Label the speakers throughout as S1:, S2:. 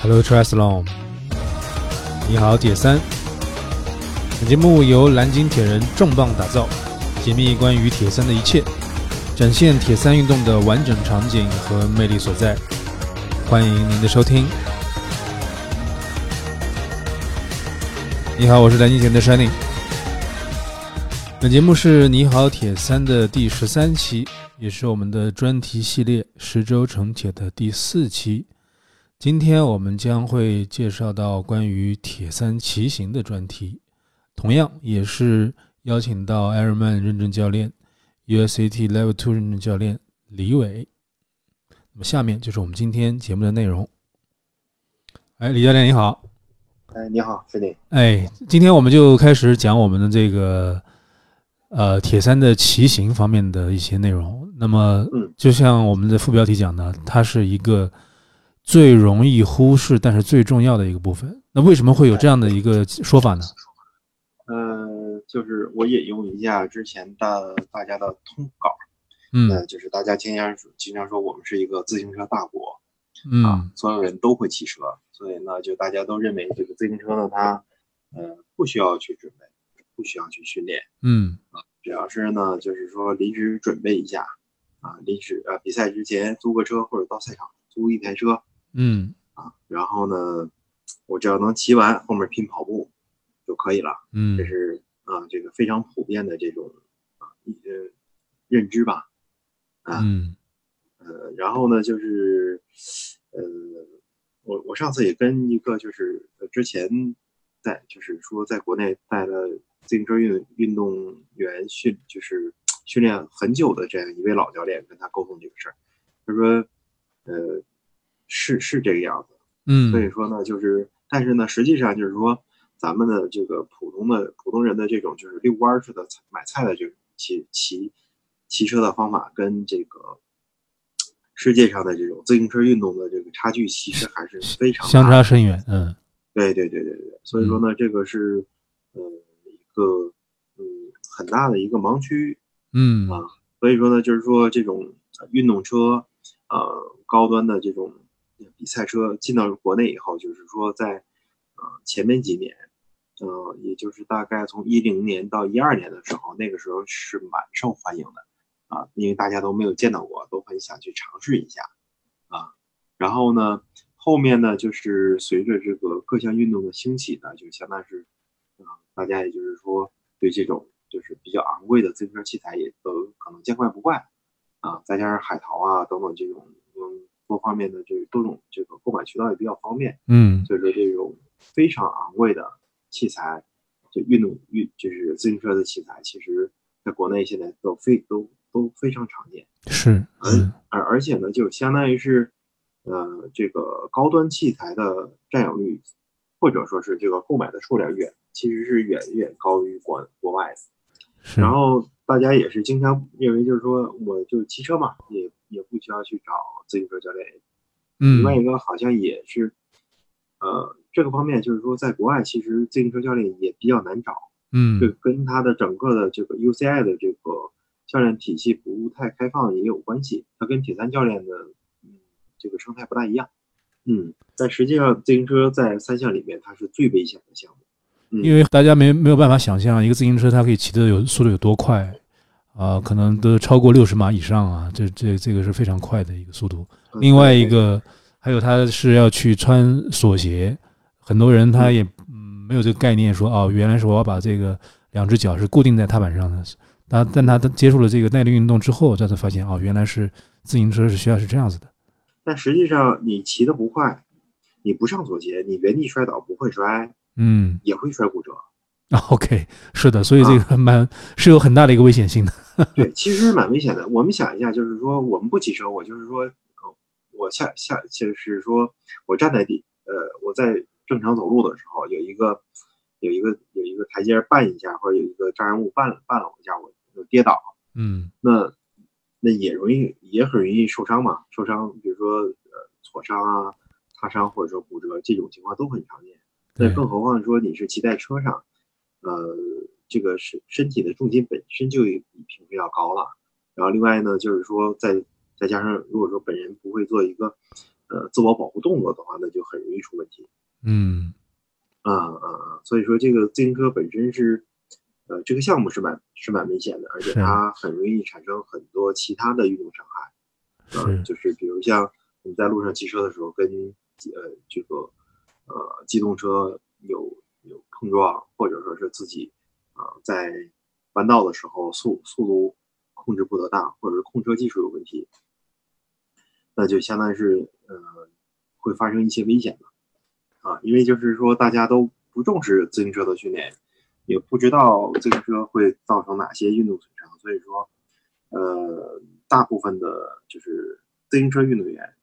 S1: Hello Triathlon，你好铁三。本节目由南京铁人重磅打造，解密关于铁三的一切，展现铁三运动的完整场景和魅力所在。欢迎您的收听。你好，我是南京铁人的 Shining。本节目是《你好铁三》的第十三期，也是我们的专题系列“十周成铁”的第四期。今天我们将会介绍到关于铁三骑行的专题，同样也是邀请到 Ironman 认证教练、USAT Level Two 认证教练李伟。那么下面就是我们今天节目的内容。哎，李教练你好。
S2: 哎，你好，是的，
S1: 哎，今天我们就开始讲我们的这个呃铁三的骑行方面的一些内容。那么
S2: 嗯，
S1: 就像我们的副标题讲的，它是一个最容易忽视但是最重要的一个部分。那为什么会有这样的一个说法呢？
S2: 呃，就是我引用一下之前的大家的通稿，
S1: 嗯
S2: 呃，就是大家经常说经常说我们是一个自行车大国啊
S1: 嗯，
S2: 所有人都会骑车，所以呢，就大家都认为这个自行车呢，它呃不需要去准备，不需要去训练，
S1: 嗯
S2: 只要是呢，就是说临时准备一下啊，临时呃比赛之前租个车或者到赛场租一台车，
S1: 嗯
S2: 然后呢，我只要能骑完，后面拼跑步就可以了。
S1: 嗯
S2: 这是啊，这个非常普遍的这种啊一呃认知吧。啊
S1: 嗯
S2: 呃，然后呢，就是呃，我我上次也跟一个就是呃之前在就是说在国内带了自行车运运动员训就是训练很久的这样一位老教练，跟他沟通这个事儿，他说呃是是这个样子，所以
S1: 嗯
S2: 说呢，就是但是呢，实际上就是说，咱们的这个普通的普通人的这种就是遛弯儿式的菜买菜的这种骑骑骑车的方法，跟这个世界上的这种自行车运动的这个差距，其实还是非常
S1: 相
S2: 大的。
S1: 差嗯甚远。嗯
S2: 对对对对对，所以说呢，这个是呃一个嗯很大的一个盲区。
S1: 嗯
S2: 啊所以说呢，就是说这种呃运动车，呃，高端的这种比赛车进到国内以后，就是说在呃前面几年，呃，也就是大概从一零年到一二年的时候，那个时候是蛮受欢迎的啊，因为大家都没有见到过，都很想去尝试一下啊。然后呢，后面呢，就是随着这个各项运动的兴起呢，就相当是啊、大家也就是说对这种就是比较昂贵的自行车器材也都可能见怪不怪啊，再加上海淘啊等等这种嗯多方面的这多种这个购买渠道也比较方便，
S1: 嗯
S2: 所以说这种非常昂贵的器材，就运动运就是自行车的器材，其实在国内现在都非都都非常常见，
S1: 是嗯
S2: 而而且呢，就相当于是呃这个高端器材的占有率，或者说是这个购买的数量远其实是远远高于国国外的。
S1: 是
S2: 然后大家也是经常认为，就是说，我就骑车嘛，也也不需要去找自行车教练。
S1: 嗯
S2: 另外一个好像也是，呃，这个方面就是说，在国外其实自行车教练也比较难找，
S1: 嗯
S2: 这跟他的整个的这个 UCI 的这个教练体系不太开放也有关系。它跟铁三教练的嗯这个生态不大一样。嗯，但实际上自行车在三项里面它是最危险的项目。
S1: 因为大家没没有办法想象一个自行车它可以骑的有速度有多快，啊、可能都超过六十码以上啊，这这这个是非常快的一个速度。
S2: 嗯
S1: 另外一，个还有它是要去穿锁鞋，很多人他也嗯没有这个概念说哦，原来是我要把这个两只脚是固定在踏板上的。但但他接触了这个耐力运动之后，他才发现哦，原来是自行车是需要是这样子的。
S2: 但实际上你骑得不快，你不上左鞋，你原地摔倒不会摔，
S1: 嗯
S2: 也会摔骨折。
S1: ，OK，是的，所以这个蛮、是有很大的一个危险性的。
S2: 对，其实蛮危险的。我们想一下，就是说我们不骑车，我就是说，呃我下下就是说我站在地，呃，我在正常走路的时候，有一个有一个有一个台阶绊一下，或者有一个障碍物绊了绊了我一下，我就跌倒，
S1: 嗯
S2: 那那也容易也很容易受伤嘛，受伤，比如说呃挫伤啊、擦伤或者说骨折这种情况都很常见。那
S1: 对
S2: 更何况说你是骑在车上，呃，这个身身体的重心本身就比平时要高了。然后另外呢，就是说再再加上如果说本人不会做一个呃自我保护动作的话，那就很容易出问题。
S1: 嗯
S2: 啊啊啊！所以说这个自行车本身是，呃，这个项目是蛮是蛮危险的，而且
S1: 是
S2: 它很容易产生很多其他的运动伤害。嗯，
S1: 是
S2: 就是比如像我们在路上骑车的时候跟，呃这个呃机动车有有碰撞，或者说是自己啊、呃在弯道的时候速速度控制不得当，或者是控车技术有问题，那就相当于是呃会发生一些危险的啊，因为就是说大家都不重视自行车的训练，也不知道自行车会造成哪些运动损伤，所以说。呃，大部分的就是自行车运动员，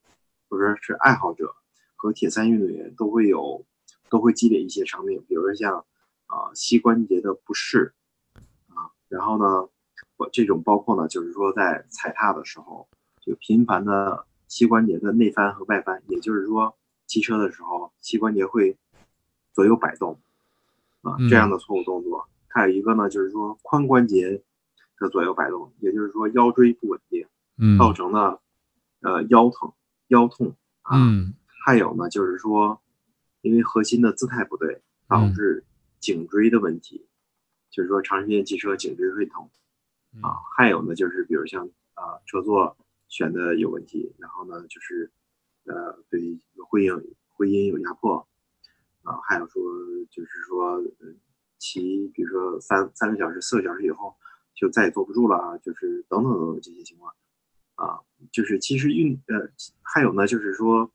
S2: 或者是爱好者和铁三运动员都会有，都会积累一些伤病，比如说像啊、膝关节的不适啊，然后呢，我这种包括呢，就是说在踩踏的时候，就频繁的膝关节的内翻和外翻，也就是说骑车的时候膝关节会左右摆动啊
S1: 嗯
S2: 这样的错误动作。还有一个呢，就是说髋关节的左右摆动，也就是说腰椎不稳定
S1: 嗯
S2: 造成的呃腰疼、腰痛啊。
S1: 嗯
S2: 还有呢，就是说，因为核心的姿态不对，导致颈椎的问题，就是说长时间骑车颈椎会疼
S1: 嗯
S2: 啊。还有呢，就是比如像啊、车座选的有问题，然后呢就是呃对会阴会阴有压迫啊，还有说就是说呃骑比如说三三个小时、四个小时以后就再也坐不住了啊，就是等等等等这些情况啊，就是其实运呃还有呢就是说。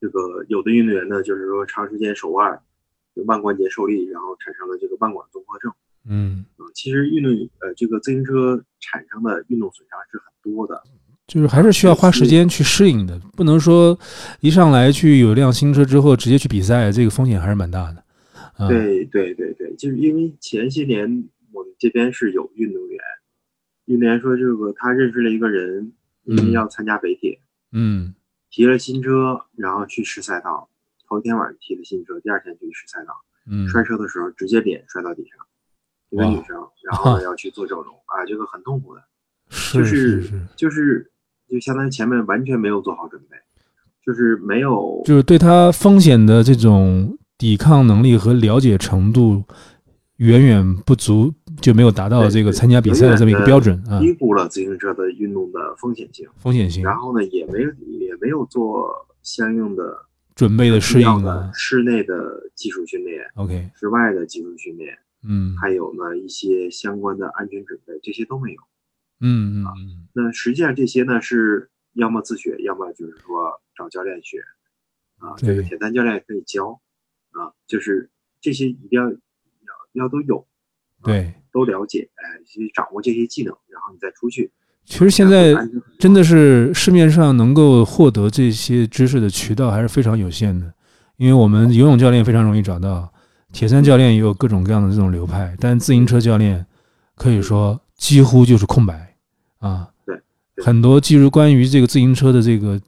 S2: 这个有的运动员呢，就是说长时间手腕有腕关节受力，然后产生了这个腕管综合症。
S1: 嗯，
S2: 嗯，其实运动呃这个自行车产生的运动损伤是很多的。
S1: 就是还是需要花时间去适应的，不能说一上来去有一辆新车之后直接去比赛，这个风险还是蛮大的。啊，
S2: 对对对对，就是因为前些年我们这边是有运动员，运动员说这个他认识了一个人，因
S1: 嗯
S2: 为要参加北铁，
S1: 嗯
S2: 提了新车，然后去试赛道。头一天晚上提了新车，第二天去试赛道，
S1: 嗯，
S2: 摔车的时候直接脸摔到地上，一个
S1: 哇
S2: 女生，然 后呢要去做整容啊，这个很痛苦的。就是是
S1: 是是，
S2: 就是就相当于前面完全没有做好准备，就是没有
S1: 就是对它风险的这种抵抗能力和了解程度远远不足，就没有达到
S2: 对
S1: 这个
S2: 对
S1: 参加比赛的这么一个标准啊，嗯
S2: 低估了自行车的运动的风险性，
S1: 风险性
S2: 然后呢也没有也没有做相应的
S1: 准备的适
S2: 必要
S1: 应
S2: 的
S1: 啊。
S2: 室内的技术训练、
S1: OK，
S2: 室外的技术训练，
S1: 嗯
S2: 还有呢一些相关的安全准备，这些都没有。
S1: 嗯嗯嗯
S2: 那实际上这些呢是要么自学，要么就是说找教练学，啊，这个
S1: 对
S2: 铁三教练可以教，啊，就是这些一定要要要都有，
S1: 对。
S2: 都了解，哎，去掌握这些技能，然后你再出去。
S1: 其实现在
S2: 然后安全
S1: 真的是市面上能够获得这些知识的渠道还是非常有限的，因为我们游泳教练非常容易找到，铁三教练也有各种各样的这种流派，但自行车教练可以说几乎就是空白啊。
S2: 对对
S1: 很多技术关于这个自行车的这个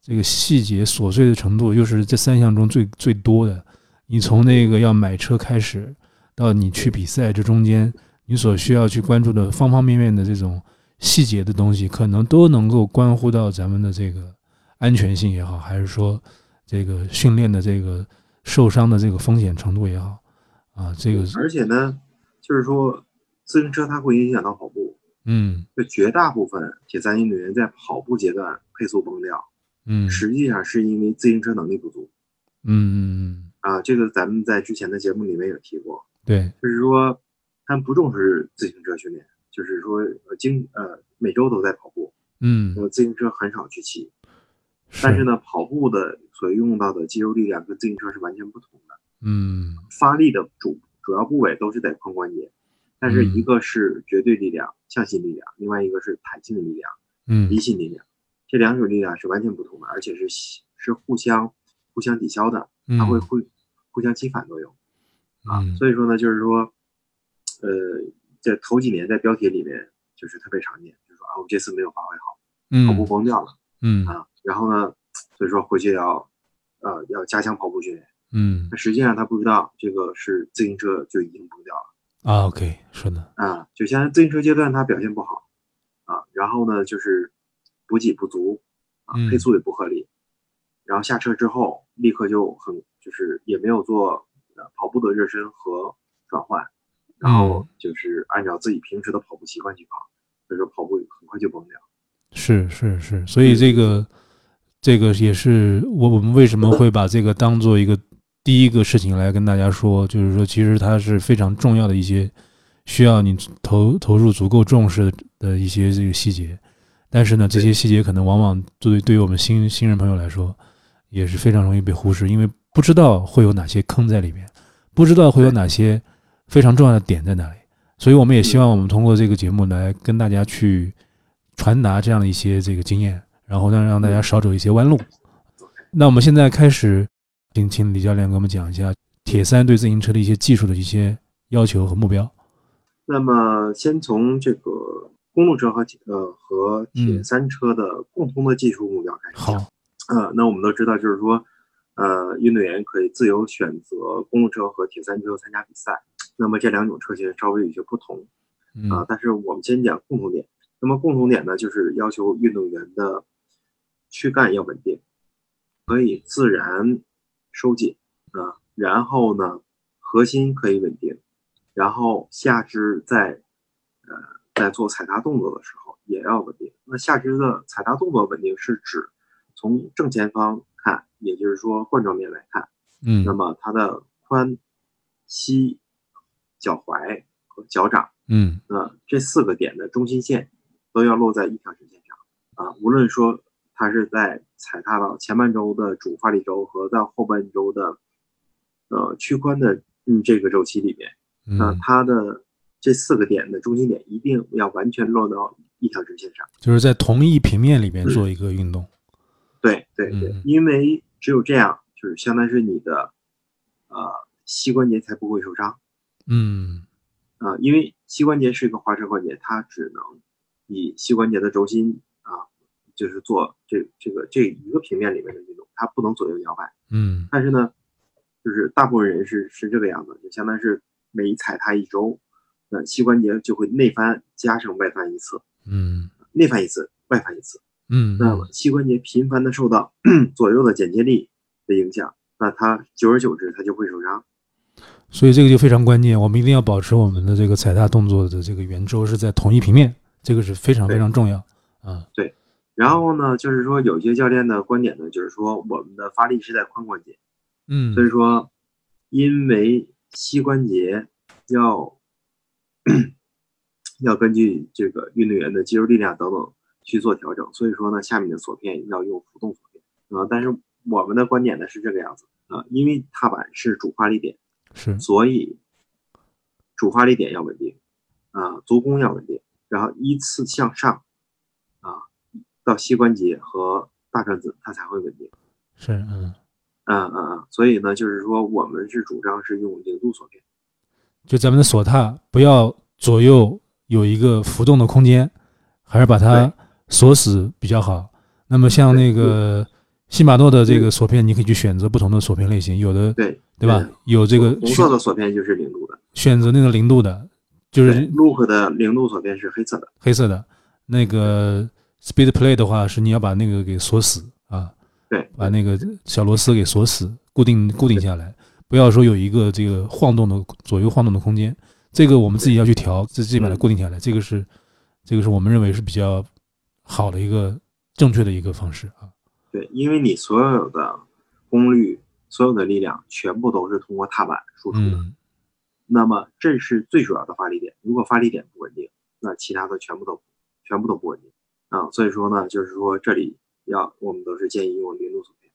S1: 这个细节琐碎的程度，又是这三项中最最多的。你从那个要买车开始，到你去比赛这中间，你所需要去关注的方方面面的这种细节的东西，可能都能够关乎到咱们的这个安全性也好，还是说这个训练的这个受伤的这个风险程度也好，啊，这个
S2: 而且呢，就是说自行车它会影响到跑步，
S1: 嗯
S2: 就绝大部分铁三运动员在跑步阶段配速崩掉，
S1: 嗯
S2: 实际上是因为自行车能力不足
S1: 嗯嗯嗯，
S2: 啊。这个咱们在之前的节目里面有提过，
S1: 对，
S2: 就是说他们不重视自行车训练，就是说呃经呃每周都在跑步，
S1: 嗯，
S2: 呃自行车很少去骑，但是，呢跑步的所用到的肌肉力量跟自行车是完全不同的，
S1: 嗯
S2: 发力的主主要部位都是在髋关节，但是
S1: 嗯
S2: 一个是绝对力量、向心力量，另外一个是弹性力量、
S1: 嗯
S2: 离心力量，这两种力量是完全不同的，而且是是互相互相抵消的，它会互互相起反作用。啊
S1: 嗯，
S2: 所以说呢，就是说，呃，在头几年在标铁里面就是特别常见，就是说啊，我这次没有发挥好，跑步
S1: 嗯
S2: 崩掉了
S1: 嗯
S2: 啊，然后呢，所以说回去要，呃，要加强跑步训练。
S1: 嗯
S2: 那实际上他不知道这个是自行车就已经崩掉了
S1: 啊，OK，是的，
S2: 啊，就相当于自行车阶段他表现不好啊，然后呢就是补给不足啊
S1: 嗯，
S2: 配速也不合理，然后下车之后立刻就很就是也没有做呃跑步的热身和转换，然后
S1: 嗯
S2: 就是按照自己平时的跑步习惯去跑，所以说跑步很快就崩掉。
S1: 是是是，所以这个这个也是我我们为什么会把这个当做一个第一个事情来跟大家说，就是说其实它是非常重要的一些需要你投投入足够重视的一些这个细节，但是呢，这些细节可能往往对对于我们新新人朋友来说也是非常容易被忽视，因为不知道会有哪些坑在里面，不知道会有哪些非常重要的点在哪里，所以我们也
S2: 嗯
S1: 希望我们通过这个节目来跟大家去。传达这样的一些这个经验，然后让让大家少走一些弯路。那我们现在开始，请请李教练给我们讲一下铁三对自行车的一些技术的一些要求和目标。
S2: 那么，先从这个公路车和铁呃和铁三车的共同的技术目标开始。
S1: 嗯好，
S2: 呃，那我们都知道，就是说，呃，运动员可以自由选择公路车和铁三车参加比赛。那么这两种车型稍微有些不同
S1: 嗯
S2: 啊、但是我们先讲共同点。那么共同点呢，就是要求运动员的躯干要稳定，可以自然收紧啊、然后呢，核心可以稳定，然后下肢在呃在做踩踏动作的时候也要稳定。那下肢的踩踏动作稳定是指从正前方看，也就是说冠状面来看，
S1: 嗯
S2: 那么它的髋、膝、脚踝和脚掌。
S1: 嗯
S2: 那这四个点的中心线都要落在一条直线上啊。无论说它是在踩踏到前半周的主发力周和到后半周的呃屈髋的嗯这个周期里面，那
S1: 嗯，
S2: 它的这四个点的中心点一定要完全落到一条直线上。
S1: 就是在同一平面里面
S2: 嗯
S1: 做一个运动。
S2: 对对对
S1: 嗯，
S2: 因为只有这样，就是相当于是你的呃膝关节才不会受伤。
S1: 嗯
S2: 啊，因为膝关节是一个滑车关节，它只能以膝关节的轴心啊，就是做这这个这一个平面里面的运动，它不能左右摇摆。
S1: 嗯
S2: 但是呢，就是大部分人是是这个样子，就相当于是每踩踏一周，那膝关节就会内翻加上外翻一次，
S1: 嗯
S2: 内翻一次，外翻一次。
S1: 嗯，
S2: 那么膝关节频繁的受到 左右的剪接力的影响，那它久而久之它就会受伤。
S1: 所以这个就非常关键，我们一定要保持我们的这个踩踏动作的这个圆周是在同一平面，这个是非常非常重要啊。
S2: 然后呢，就是说有些教练的观点呢，就是说我们的发力是在髋关节，
S1: 嗯
S2: 所以说，因为膝关节要要根据这个运动员的肌肉力量等等去做调整，所以说呢，下面的锁片要用浮动锁片啊、呃但是我们的观点呢是这个样子啊、呃因为踏板是主发力点，
S1: 是
S2: 所以主发力点要稳定啊、足弓要稳定，然后依次向上啊、到膝关节和大转子，它才会稳定。
S1: 是嗯。
S2: 嗯嗯嗯，所以呢，就是说我们是主张是用零度锁片，
S1: 就咱们的锁踏不要左右有一个浮动的空间，还是把它
S2: 对
S1: 锁死比较好。那么像那个西马诺的这个锁片，你可以去选择不同的锁片类型，有的
S2: 对
S1: 对吧？？有这个
S2: 红色
S1: 选
S2: 的锁片就是零度的，
S1: 选择那个零度的，就
S2: 对
S1: 是
S2: ，Look 的零度锁片是黑色的，
S1: 黑色的。那个 Speed Play 的话，是你要把那个给锁死啊，
S2: 对，
S1: 把那个小螺丝给锁死，固定固定下来，不要说有一个这个晃动的左右晃动的空间，这个我们自己要去调，自自己把它
S2: 嗯
S1: 固定下来，这个是这个是我们认为是比较好的一个正确的一个方式啊。
S2: 对，因为你所有的功率、所有的力量全部都是通过踏板输出的，
S1: 嗯
S2: 那么这是最主要的发力点。如果发力点不稳定，那其他的全部都全部都不稳定啊。所以说呢，就是说这里要我们都是建议用零度锁片，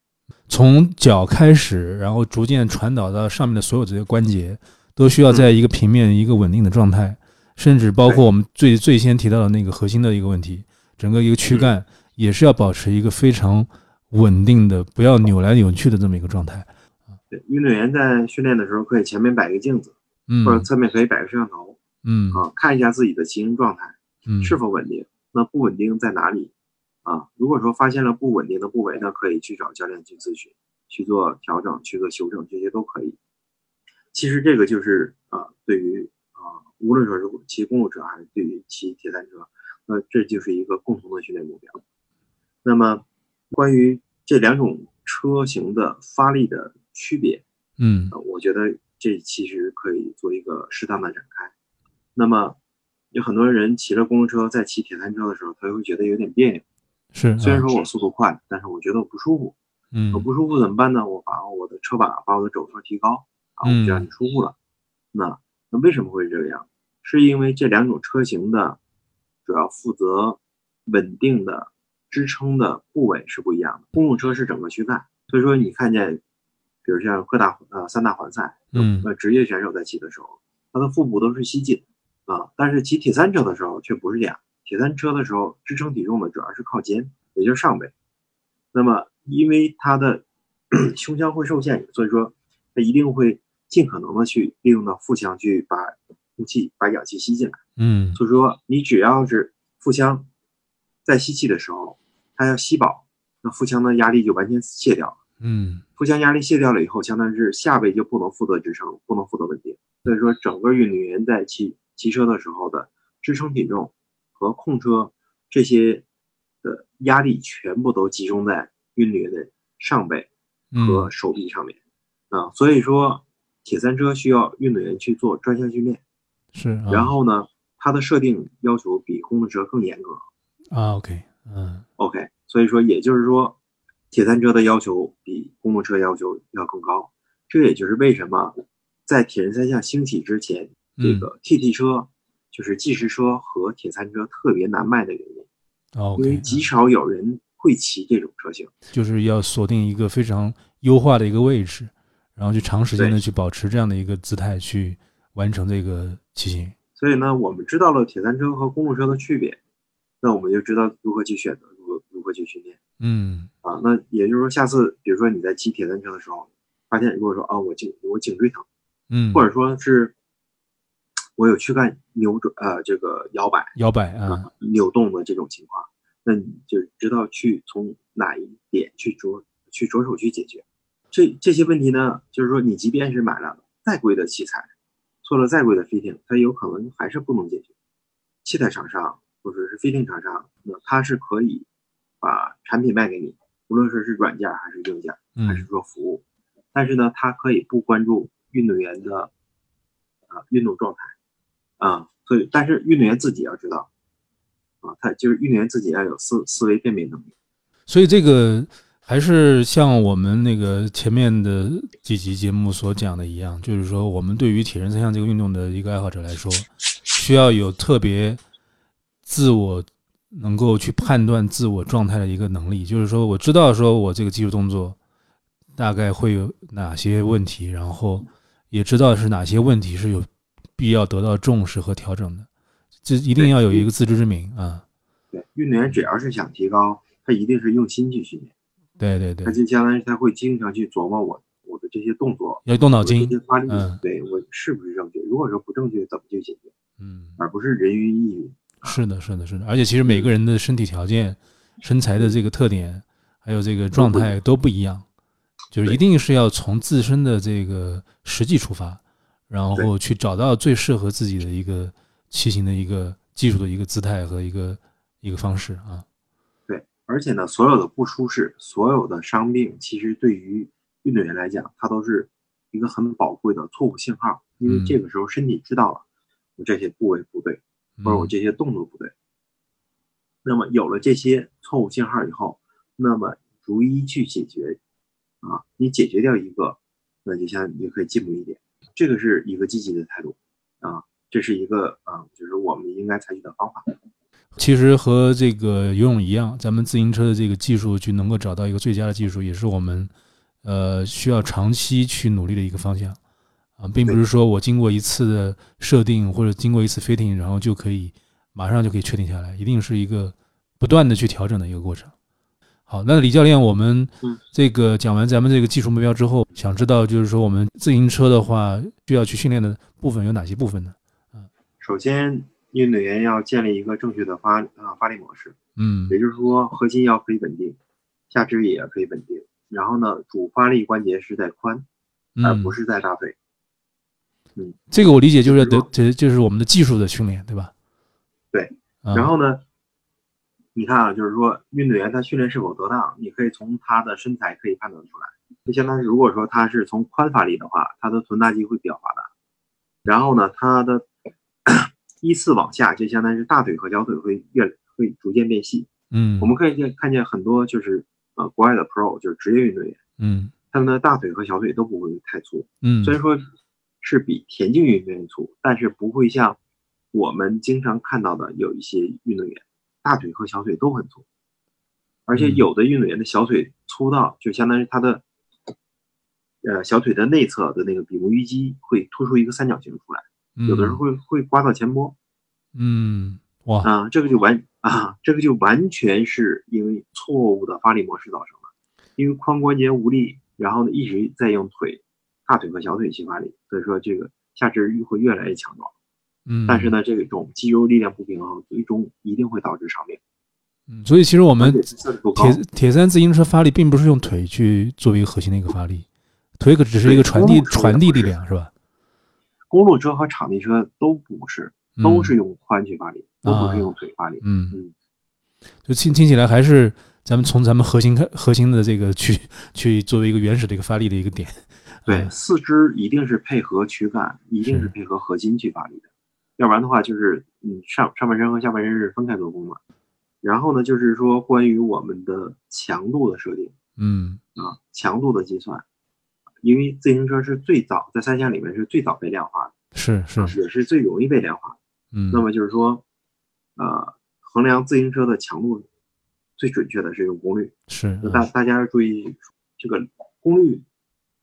S1: 从脚开始，然后逐渐传导到上面的所有这些关节，都需要在一个平面、一个稳定的状态，甚至包括
S2: 对
S1: 我们最最先提到的那个核心的一个问题，整个一个躯干也是要保持一个非常稳定的，不要扭来扭去的这么一个状态。
S2: 对，运动员在训练的时候可以前面摆个镜子，
S1: 嗯
S2: 或者侧面可以摆个摄像头。
S1: 嗯
S2: 呃啊，看一下自己的骑行状态
S1: 嗯，
S2: 是否稳定，那不稳定在哪里啊？如果说发现了不稳定的部位，那可以去找教练去咨询，去做调整，去做修正，这些都可以。其实这个就是啊，对于啊，无论说是骑公路车还是对于骑铁三车，那这就是一个共同的训练目标。那么，关于这两种车车型的发力的区别，
S1: 嗯
S2: 呃我觉得这其实可以做一个适当的展开。那么有很多人骑着公路车在骑铁三车的时候，他会觉得有点别扭。
S1: 是，
S2: 虽然
S1: 啊
S2: 说我速度快，但是我觉得我不舒服。
S1: 嗯
S2: 我不舒服怎么办呢？我把我的车把把我的肘托提高啊，
S1: 嗯
S2: 我就让你舒服了。那那为什么会这个样？是因为这两种车型的主要负责稳定的支撑的部位是不一样的。公路车是整个躯干，所以说你看见，比如像各大呃三大环赛，
S1: 嗯
S2: 呃职业选手在骑的时候，他的腹部都是吸进的啊，但是骑铁三车的时候却不是这样。铁三车的时候，支撑体重的主要是靠肩，也就是上背。那么因为它的 胸腔会受限制，所以说它一定会尽可能的去利用到腹腔去把空气、把氧气吸进来。
S1: 嗯
S2: 所以说你只要是腹腔在吸气的时候，它要吸饱，那腹腔的压力就完全卸掉了。
S1: 嗯
S2: 腹腔压力卸掉了以后，相当于是下背就不能负责支撑，不能负责稳定。所以说，整个运动员在骑骑车的时候的支撑体重和控车这些的压力全部都集中在运动员的上背和
S1: 嗯
S2: 手臂上面。啊、所以说铁三车需要运动员去做专项训练。
S1: 是，啊
S2: 然后呢，它的设定要求比公路车更严格。
S1: 啊 OK 嗯
S2: OK，所以说也就是说，铁三车的要求比公路车要求要更高。这也就是为什么在铁人三项兴起之前，这
S1: 嗯
S2: 个 TT 车就是计时车和铁三车特别难卖的原因，因为
S1: 啊 OK 嗯
S2: 极少有人会骑这种车型。
S1: 就是要锁定一个非常优化的一个位置，然后去长时间的
S2: 对
S1: 去保持这样的一个姿态去完成这个骑行。
S2: 所以呢，我们知道了铁三车和公路车的区别，那我们就知道如何去选择，如何如何去训练。
S1: 嗯
S2: 啊，那也就是说，下次比如说你在骑铁三车的时候，发现如果说啊，我颈我颈椎疼，
S1: 嗯，
S2: 或者说是我有躯干扭转呃这个摇摆
S1: 摇摆啊，
S2: 啊扭动的这种情况，那你就知道去从哪一点去着去着手去解决。这这些问题呢，就是说你即便是买了再贵的器材，做了再贵的 fitting，它有可能还是不能解决。器材厂商或者是 fitting 厂商，那它是可以把产品卖给你，无论说是软件还是硬件。还是
S1: 嗯
S2: 说服务，但是呢，他可以不关注运动员的呃运动状态啊、所以但是运动员自己要知道啊、他就是运动员自己要有思思维辨别能力。
S1: 所以这个还是像我们那个前面的几集节目所讲的一样，就是说我们对于铁人三项这个运动的一个爱好者来说，需要有特别自我能够去判断自我状态的一个能力，就是说我知道说我这个技术动作大概会有哪些问题，然后也知道是哪些问题是有必要得到重视和调整的，这一定要有一个自知之明啊！
S2: 对，运动员只要是想提高，他一定是用心去训练，
S1: 对对对
S2: 他，就相当于他会经常去琢磨我我的这些动作，
S1: 要动脑
S2: 我的
S1: 筋
S2: 这，些发力，
S1: 嗯
S2: 对我是不是正确？如果说不正确，怎么去解决？
S1: 嗯。
S2: 而不是人云亦云。
S1: 是的，是的，是的，而且其实
S2: 嗯
S1: 每个人的身体条件、身材的这个特点，还有这个状态都不一样，就是一
S2: 对
S1: 定是要从自身的这个实际出发，然后
S2: 对
S1: 去找到最适合自己的一个骑行的一个技术的一个姿态和一个一个方式啊。
S2: 对，而且呢，所有的不舒适，所有的伤病，其实对于运动员来讲，它都是一个很宝贵的错误信号，因为这
S1: 嗯
S2: 个时候身体知道了我这些部位不对，或者我
S1: 嗯
S2: 这些动作不对。那么有了这些错误信号以后，那么逐一去解决，啊，你解决掉一个，那就像你就可以进步一点，这个是一个积极的态度，啊，这是一个啊，就是我们应该采取的方法。
S1: 其实和这个游泳一样，咱们自行车的这个技术去能够找到一个最佳的技术，也是我们呃需要长期去努力的一个方向啊，并不
S2: 对
S1: 是说我经过一次的设定或者经过一次 fitting，然后就可以马上就可以确定下来，一定是一个不断的去调整的一个过程。好，那李教练，我们
S2: 嗯
S1: 这个讲完咱们这个技术目标之后，想知道就是说我们自行车的话需要去训练的部分有哪些部分呢？
S2: 首先，运动员要建立一个正确的发啊发力模式，
S1: 嗯
S2: 也就是说，核心要可以稳定，下肢也可以稳定。然后呢，主发力关节是在髋，而
S1: 嗯
S2: 不，是在大腿。
S1: 这个我理解就是得，这就是我们的技术的训练，对吧？
S2: 对
S1: 嗯，
S2: 然后呢，你看啊，就是说运动员他训练是否得当，你可以从他的身材可以判断出来。就相当于如果说他是从宽发力的话，他的臀大肌会比较发达，然后呢，他的 依次往下，就相当于是大腿和小腿会越会逐渐变细。
S1: 嗯
S2: 我们可以见看见很多就是呃国外的 pro 就是职业运动员，
S1: 嗯
S2: 他们的大腿和小腿都不会太粗，
S1: 嗯，
S2: 虽然说是比田径运动员粗，但是不会像我们经常看到的有一些运动员大腿和小腿都很粗，而且
S1: 嗯
S2: 有的运动员的小腿粗到就相当于他的呃小腿的内侧的那个比目鱼肌会突出一个三角形出来，有的时候会会刮到前波
S1: 嗯哇
S2: 啊，这个就完啊，这个就完全是因为错误的发力模式造成的，因为髋关节无力，然后呢一直在用腿、大腿和小腿去发力，所以说这个下肢会越来越强壮。
S1: 嗯，
S2: 但是呢，这种肌肉力量不平衡，最终一定会导致伤病。
S1: 嗯，所以其实我
S2: 而
S1: 们
S2: 且自信不高
S1: 铁铁三自行车发力并不是用腿去作为核心的一个发力，腿可只是一个传递
S2: 对
S1: 传递力量是吧？
S2: 公路车和场地车都不是，
S1: 嗯
S2: 都是用髋去发力，都不
S1: 啊
S2: 是用腿发力。
S1: 嗯
S2: 嗯，
S1: 就听听起来还是咱们从咱们核心开核心的这个去去作为一个原始的一个发力的一个点，
S2: 对，
S1: 嗯
S2: 四肢一定是配合躯干，一定
S1: 是
S2: 是配合核心去发力的，要不然的话就是嗯上上半身和下半身是分开做工的。然后呢，就是说关于我们的强度的设定
S1: 嗯
S2: 啊，强度的计算，因为自行车是最早在三项里面是最早被量化的，
S1: 是是是
S2: 也是最容易被量化的。
S1: 嗯，
S2: 那么就是说，呃，衡量自行车的强度最准确的是用功率。
S1: 是
S2: 那大大家要注意，这个功率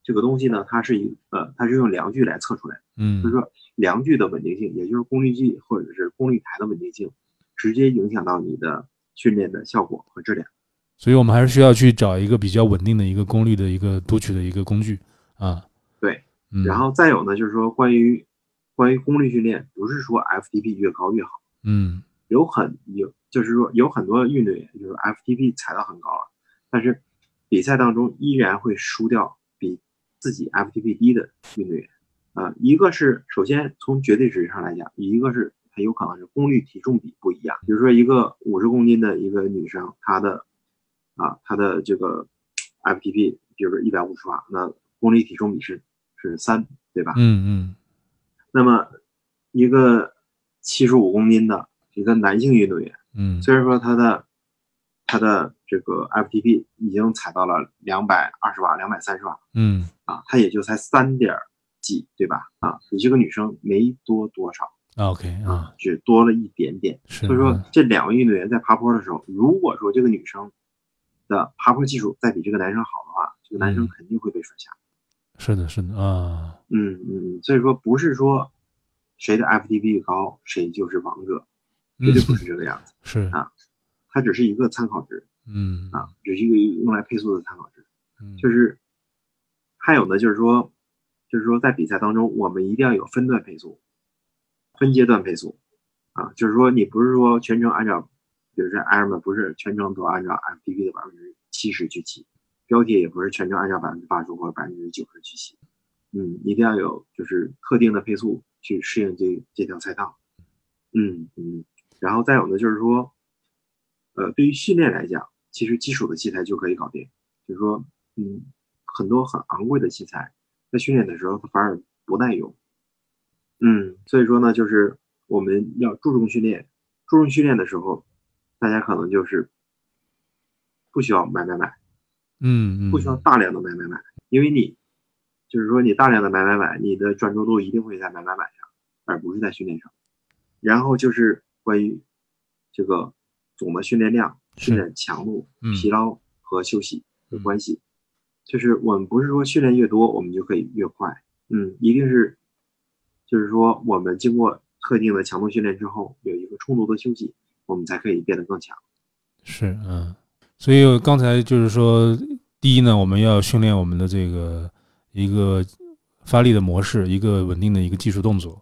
S2: 这个东西呢，它是一呃，它是用量距来测出来的，
S1: 嗯
S2: 就是说量距的稳定性，也就是功率计或者是功率台的稳定性，直接影响到你的训练的效果和质量。
S1: 所以我们还是需要去找一个比较稳定的一个功率的一个读取的一个工具啊。
S2: 对，
S1: 嗯，
S2: 然后再有呢，就是说关于关于功率训练，不是说 FTP 越高越好，
S1: 嗯
S2: 有很有就是说有很多运动员就是 FTP 踩到很高了，但是比赛当中依然会输掉比自己 FTP 低的运动员。啊、一个是首先从绝对值上来讲，一个是它有可能是功率体重比不一样。比如说一个五十公斤的一个女生，她的啊她的这个 FTP 比如说一百五十瓦，那功率体重比是是三，对吧？
S1: 嗯
S2: 那么一个七十五公斤的一个男性运动员，
S1: 嗯嗯
S2: 虽然说他的他的这个 FTP 已经踩到了两百二十瓦、两百三十瓦
S1: 嗯
S2: 啊，他也就才三点儿几，对吧？啊，比这个女生没多多少
S1: 啊，OK 啊，，
S2: 只多了一点点。
S1: 是，
S2: 所以说
S1: 嗯，
S2: 这两位运动员在爬坡的时候，如果说这个女生的爬坡技术再比这个男生好的话，这个男生
S1: 嗯
S2: 肯定会被甩下。
S1: 是的是的啊，
S2: 嗯嗯，嗯所以说不是说谁的 FTP 高谁就是王者，
S1: 嗯
S2: 绝对不是这个样子，
S1: 是
S2: 啊它只是一个参考值
S1: 嗯
S2: 啊，只是一个用来配速的参考值。
S1: 嗯
S2: 就是还有呢，就是说，就是说在比赛当中，我们一定要有分段配速、分阶段配速啊，就是说你不是说全程按照，比如说 Ironman 不是全程都按照 FTP 的百分之七十去骑，标铁也不是全程按照百分之八十或者百分之九十去骑，嗯，一定要有就是特定的配速去适应这这条赛道，嗯嗯，然后再有呢，就是说，呃，对于训练来讲，其实基础的器材就可以搞定。就是说，嗯，很多很昂贵的器材，在训练的时候它反而不耐用。嗯，所以说呢，就是我们要注重训练，注重训练的时候，大家可能就是不需要买买买，
S1: 嗯嗯
S2: 不需要大量的买买买，因为你就是说你大量的买买买，你的专注度一定会在买买买上，而不是在训练上。然后就是关于这个总的训练量、训
S1: 是
S2: 练强度、
S1: 嗯
S2: 疲劳和休息的
S1: 嗯
S2: 关系，就是我们不是说训练越多我们就可以越快，嗯，一定是就是说我们经过特定的强度训练之后，有一个充足的休息，我们才可以变得更强。
S1: 是嗯，所以我刚才就是说，第一呢，我们要训练我们的这个一个发力的模式，一个稳定的一个技术动作，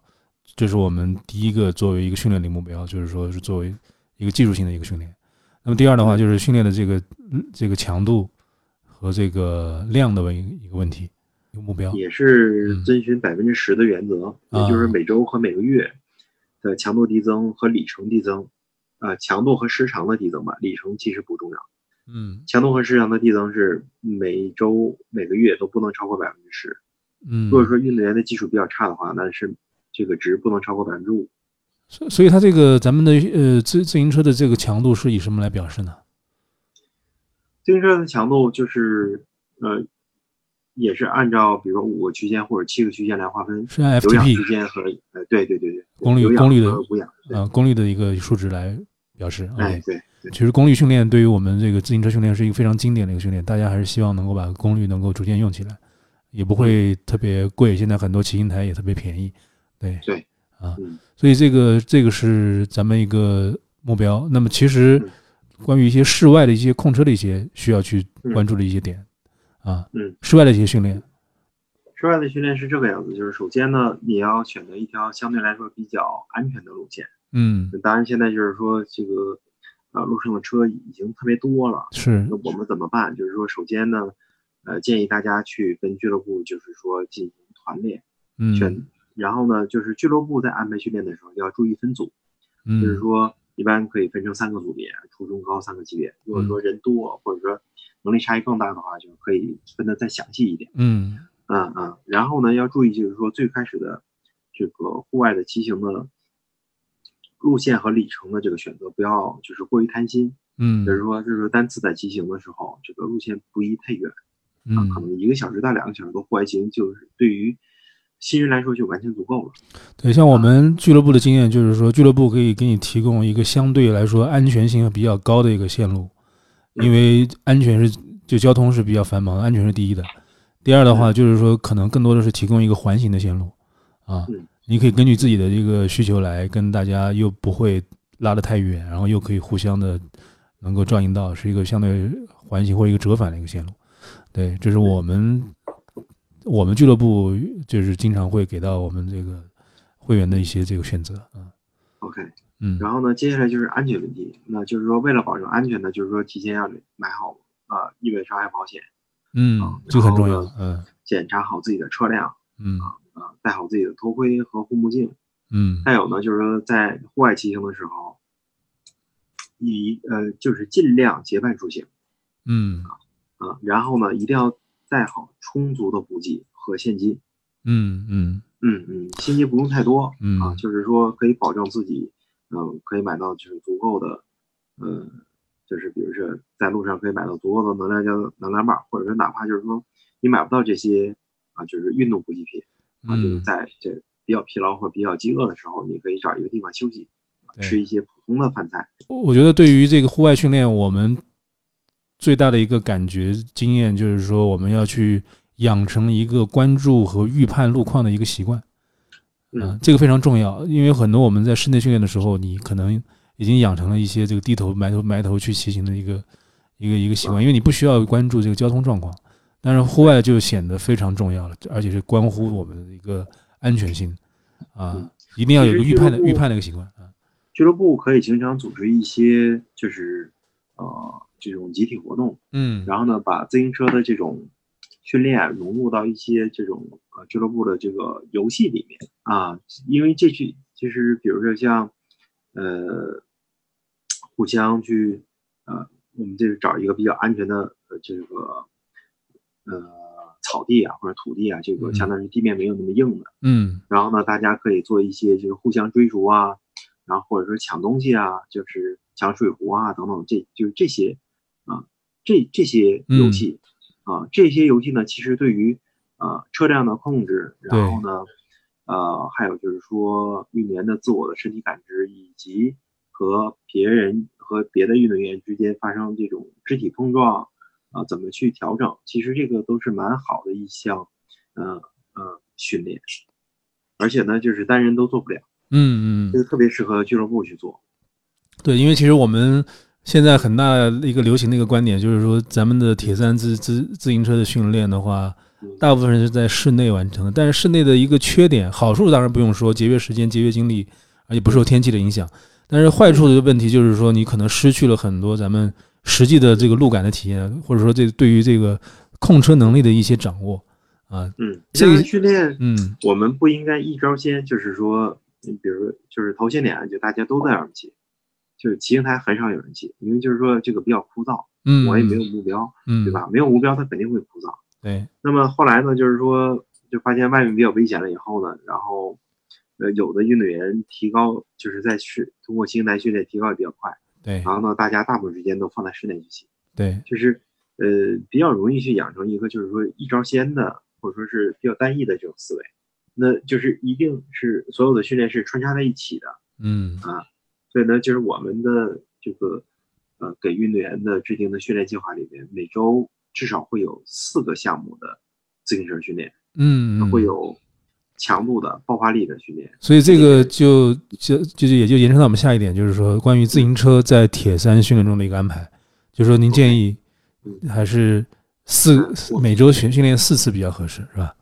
S1: 这是我们第一个作为一个训练的目标，就是说是作为一个技术性的一个训练。那么第二的话，就是训练的这个嗯这个强度和这个量的问一个问题，一个目标。
S2: 也是
S1: 嗯
S2: 遵循百分之十的原则，也就是
S1: 啊
S2: 每周和每个月的强度递增和里程递增呃强度和时长的递增吧，里程其实不重要。
S1: 嗯
S2: 强度和时长的递增是每周每个月都不能超过百分之十。
S1: 嗯，
S2: 如果说运动员的基础比较差的话，那是这个值不能超过百分之五。
S1: 所所以它这个咱们的呃自自行车的这个强度是以什么来表示呢？
S2: 自行车的强度就是呃也是按照比如说五个区间或者七个区间来划分，
S1: 是按
S2: 有氧
S1: FTP
S2: 区间和呃对对对对，
S1: 功率
S2: 有氧
S1: 功率的嗯
S2: 和无氧，对
S1: 啊、功率的一个数值来表示。啊
S2: 哎
S1: OK，
S2: 对对
S1: 其实功率训练对于我们这个自行车训练是一个非常经典的一个训练，大家还是希望能够把功率能够逐渐用起来，也不会特别贵。现在很多骑行台也特别便宜，对
S2: 对
S1: 啊
S2: 嗯，
S1: 所以这个这个是咱们一个目标。那么其实
S2: 嗯
S1: 关于一些室外的一些控车的一些需要去关注的一些点啊，
S2: 嗯，
S1: 室外的一些训练，
S2: 室外的训练是这个样子，就是首先呢，你要选择一条相对来说比较安全的路线。
S1: 嗯，
S2: 当然，现在就是说这个啊、呃路上的车已经特别多了，
S1: 是
S2: 那我们怎么办？就是说，首先呢，呃，建议大家去跟俱乐部，就是说进行团练，
S1: 嗯
S2: 选，然后呢，就是俱乐部在安排训练的时候要注意分组，
S1: 嗯，
S2: 就是说一般可以分成三个组别，初中高三个级别。
S1: 嗯
S2: 如果说人多，或者说能力差异更大的话，就可以分得再详细一点。
S1: 嗯
S2: 嗯嗯，然后呢，要注意就是说最开始的这个户外的骑行的路线和里程的这个选择，不要就是过于贪心。
S1: 嗯，
S2: 比如说，就是说单次在骑行的时候，这个路线不宜太远啊，
S1: 嗯
S2: 可能一个小时到两个小时的户外骑行，就是对于新人来说就完全足够了。
S1: 对，像我们俱乐部的经验就是说，俱乐部可以给你提供一个相对来说安全性比较高的一个线路，因为安全是就交通是比较繁忙的，安全是第一的。第二的话就是说，可能更多的是提供一个环形的线路啊
S2: 嗯，
S1: 你可以根据自己的这个需求来跟大家又不会拉得太远，然后又可以互相的能够照应到，是一个相对环形或者一个折返的一个线路。对，这
S2: 嗯
S1: 是我们我们俱乐部就是经常会给到我们这个会员的一些这个选择啊，
S2: OK，
S1: 嗯
S2: 然后呢，接下来就是安全问题，那就是说为了保证安全呢，就是说提前要买好啊意外伤害保险，
S1: 嗯，这个很重要，嗯
S2: 检查好自己的车辆
S1: 嗯
S2: 啊，戴好自己的头盔和护目镜。
S1: 嗯
S2: 再有呢，就是说在户外骑行的时候，以呃就是尽量结伴出行
S1: 嗯
S2: 啊、然后呢一定要带好充足的补给和现金，
S1: 嗯嗯
S2: 嗯嗯，现金不用太多
S1: 嗯
S2: 啊，就是说可以保证自己，嗯、可以买到就是足够的，呃，就是比如说在路上可以买到足够的能量胶、能量棒，或者说哪怕就是说你买不到这些啊，就是运动补给品啊，就是
S1: 嗯，
S2: 在这比较疲劳或者比较饥饿的时候，你可以找一个地方休息。啊吃
S1: 对，
S2: 一些普通的饭菜。
S1: 我觉得对于这个户外训练，我们最大的一个感觉经验就是说，我们要去养成一个关注和预判路况的一个习惯。嗯，，这个非常重要，因为很多我们在室内训练的时候，你可能已经养成了一些这个低头埋头埋头去骑行的一个一个一个习惯，因为你不需要关注这个交通状况，但是户外就显得非常重要了，而且是关乎我们的一个安全性啊
S2: 嗯，
S1: 一定要有一个预判的
S2: 其实俱乐部
S1: 预判的一个习惯啊，
S2: 俱乐部可以经常组织一些就是呃这种集体活动，
S1: 嗯
S2: 然后呢，把自行车的这种训练啊融入到一些这种呃俱乐部的这个游戏里面啊，因为这去就是比如说像呃互相去呃我们就是找一个比较安全的呃这个呃草地啊或者土地啊，这个
S1: 嗯
S2: 相当于地面没有那么硬的。
S1: 嗯
S2: 然后呢，大家可以做一些就是互相追逐啊，然后或者说抢东西啊，就是抢水壶啊等等，这就是这些啊，这这些游戏、啊，这些游戏呢，其实对于啊车辆的控制，然后呢，呃，还有就是说运动员的自我的身体感知，以及和别人和别的运动员之间发生这种肢体碰撞啊，怎么去调整，其实这个都是蛮好的一项，呃呃训练。而且呢，就是单人都做不了，
S1: 嗯嗯
S2: 这，个特别适合俱乐部去做。
S1: 对，因为其实我们现在很大的一个流行的一个观点就是说，咱们的铁三自自自行车的训练的话，
S2: 嗯
S1: 大部分人是在室内完成的，但是室内的一个缺点，好处当然不用说，节约时间、节约精力，而且不受天气的影响。但是坏处的问题就是说，你可能失去了很多咱们实际的这个路感的体验，或者说这对于这个控车能力的一些掌握啊，
S2: 嗯，
S1: 这个
S2: 当然训练
S1: 嗯
S2: 我们不应该一招鲜，就是说，嗯比如就是头些年就大家都在玩儿骑，就是骑行台很少有人骑，因为就是说这个比较枯燥，
S1: 嗯，
S2: 我也没有目标，
S1: 嗯，
S2: 对吧？没有目标，它肯定会枯燥。
S1: 对，
S2: 那么后来呢，就是说就发现外面比较危险了以后呢，然后呃有的运动员提高，就是在去通过骑行台训练提高也比较快，
S1: 对，
S2: 然后呢，大家大部分时间都放在室内去骑，
S1: 对，
S2: 就是呃比较容易去养成一个就是说一招鲜的或者说是比较单一的这种思维，那就是一定是所有的训练是穿插在一起的。
S1: 嗯，
S2: 所以呢，就是我们的这个呃给运动员的制定的训练计划里面，每周至少会有四个项目的自行车训练，
S1: 嗯，嗯
S2: 会。有强度的爆发力的训练。
S1: 所以这个就就就也就延伸到我们下一点，就是说关于自行车在铁三训练中的一个安排，就是说您建议
S2: 嗯
S1: 还是四
S2: 嗯我
S1: 每周训训练四次比较合适，是吧？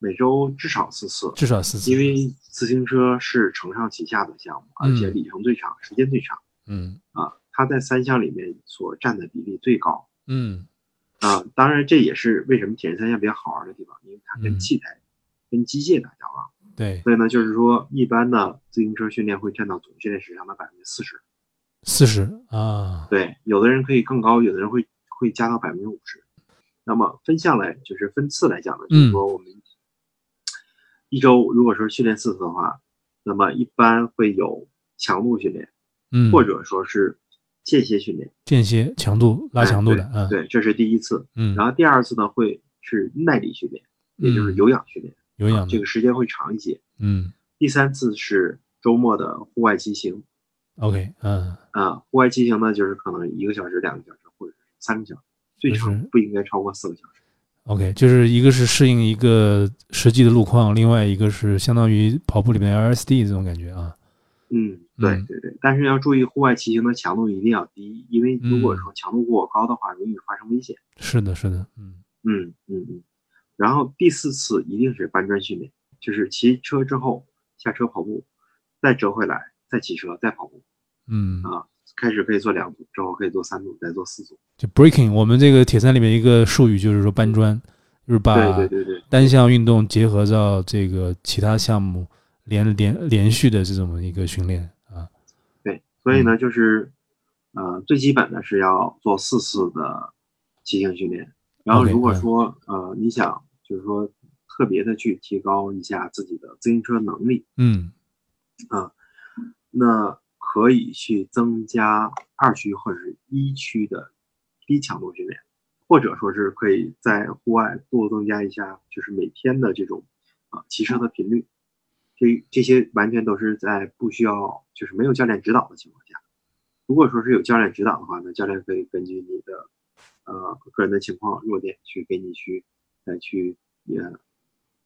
S2: 每周至少四次，
S1: 至少四次，
S2: 因为自行车是承上启下的项目，而且
S1: 嗯
S2: 里程最长，时间最长
S1: 嗯
S2: 啊。它在三项里面所占的比例最高
S1: 嗯
S2: 啊。当然，这也是为什么铁人三项比较好玩的地方，因为它
S1: 嗯
S2: 跟器材、跟机械打交道。
S1: 对，
S2: 所以呢，就是说，一般的自行车训练会占到总训练时长的百分之四十。
S1: 四十啊，
S2: 对，有的人可以更高，有的人会会加到百分之五十。那么分项来，就是分次来讲呢，
S1: 嗯
S2: 就是说我们一周如果说训练四次的话，那么一般会有强度训练，
S1: 嗯，
S2: 或者说是间歇训练，
S1: 间歇强度拉强度的啊，
S2: 哎对，这是第一次。
S1: 嗯，
S2: 然后第二次呢，会是耐力训练，也就是有氧训练，啊
S1: 有氧
S2: 这
S1: 的，
S2: 个时间会长一些。
S1: 嗯
S2: 第三次是周末的户外骑行，
S1: ，OK，嗯，
S2: 啊，户外骑行呢，就是可能一个小时、两个小时，或者是三个小时，最
S1: 就是
S2: 长不应该超过四个小时。
S1: OK，就是一个是适应一个实际的路况，另外一个是相当于跑步里面的 LSD 这种感觉啊。
S2: 嗯，对
S1: 嗯
S2: 对对，但是要注意户外骑行的强度一定要低，因为如果
S1: 嗯
S2: 说强度过高的话，容易发生危险。
S1: 是的，是的，嗯
S2: 嗯嗯嗯。然后第四次一定是搬砖训练，就是骑车之后下车跑步，再折回来，再骑车，再跑步。
S1: 嗯，
S2: 啊开始可以做两组，之后可以做三组，再做四组。
S1: 就 breaking，我们这个铁三里面一个术语就是说搬砖，就是
S2: 对
S1: 把
S2: 对对对
S1: 单项运动结合到这个其他项目连连连续的这种一个训练啊。
S2: 对，所
S1: 嗯
S2: 以呢，就是，呃，最基本的是要做四次的骑行训练。然后
S1: OK，
S2: 如果
S1: 嗯
S2: 说呃你想就是说特别的去提高一下自己的自行车能力，
S1: 嗯
S2: 那可以去增加二区或者是一区的低强度训练，或者说是可以在户外多增加一下，就是每天的这种啊、骑车的频率。这这些完全都是在不需要就是没有教练指导的情况下。如果说是有教练指导的话呢，教练可以根据你的呃个人的情况弱点去给你去来去也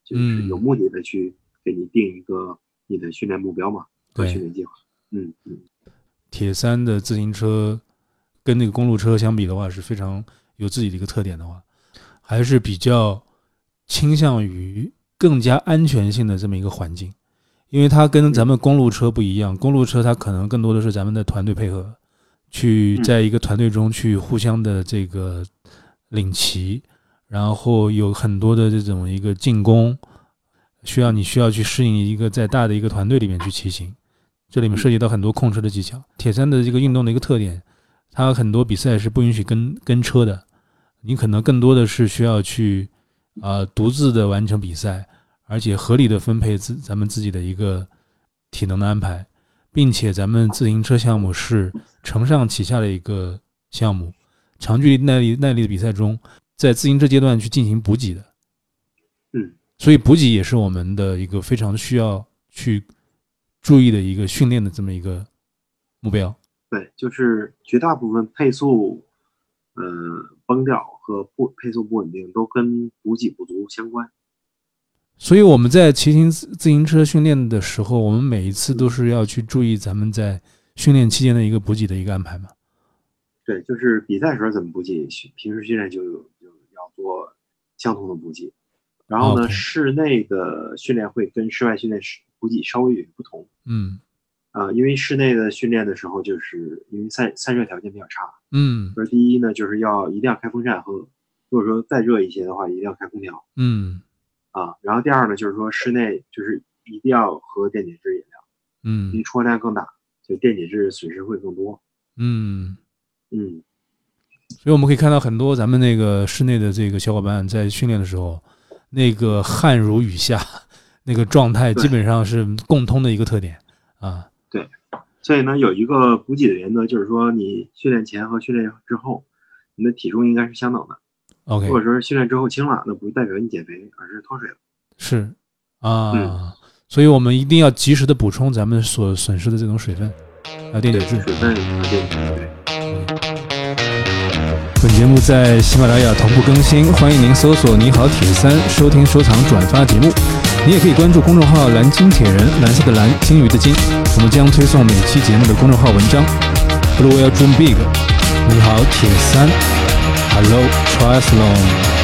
S2: 就是有
S1: 嗯
S2: 目的的去给你定一个你的训练目标嘛。和
S1: 对
S2: 训练计划。嗯嗯，
S1: 铁三的自行车跟那个公路车相比的话，是非常有自己的一个特点的话，还是比较倾向于更加安全性的这么一个环境，因为它跟咱们公路车不一样，公路车它可能更多的是咱们的团队配合，去
S2: 嗯
S1: 在一个团队中去互相的这个领骑，然后有很多的这种一个进攻，需要你需要去适应一个在大的一个团队里面去骑行，这里面涉及到很多控车的技巧。铁三的这个运动的一个特点，它很多比赛是不允许跟跟车的，你可能更多的是需要去呃独自的完成比赛，而且合理的分配自咱们自己的一个体能的安排，并且咱们自行车项目是承上启下的一个项目，长距离耐力耐力的比赛中，在自行车阶段去进行补给的。
S2: 嗯，
S1: 所以补给也是我们的一个非常需要去注意的一个训练的这么一个目标。
S2: 对，就是绝大部分配速，呃，崩掉和不配速不稳定都跟补给不足相关。
S1: 所以我们在骑行自自行车训练的时候，我们每一次都是要去注意咱们在训练期间的一个补给的一个安排嘛。
S2: 对，就是比赛时候怎么补给，训平时训练就有就要做相同的补给。然后呢
S1: 哦 OK
S2: 室内的训练会跟室外训练时补给稍微有些不同
S1: 嗯
S2: 啊、因为室内的训练的时候，就是因为散散热条件比较差，
S1: 嗯
S2: 就是第一呢，就是要一定要开风扇和，如果说再热一些的话，一定要开空调。
S1: 嗯
S2: 啊，然后第二呢，就是说室内就是一定要喝电解质饮料，因为
S1: 嗯
S2: 出汗量更大。就电解质损失会更多。
S1: 嗯，
S2: 嗯，
S1: 所以我们可以看到很多咱们那个室内的这个小伙伴在训练的时候，那个汗如雨下，那个状态
S2: 对
S1: 基本上是共通的一个特点啊。
S2: 所以呢，有一个补给的原则，就是说你训练前和训练之后，你的体重应该是相等的。
S1: OK，
S2: 如果说是训练之后轻了，那不代表你减肥，而是脱水了。
S1: 是啊，
S2: 嗯
S1: 所以我们一定要及时的补充咱们所损失的这种水分，还有电解
S2: 对，
S1: 质。
S2: 水分和电解质。对
S1: 本节目在喜马拉雅同步更新，欢迎您搜索“你好铁三”收听、收藏、转发节目。你也可以关注公众号“蓝鲸铁人”，蓝色的蓝，鲸鱼的鲸。我们将推送每期节目的公众号文章。Blue Whale Dream Big，你好铁三，Hello Triathlon。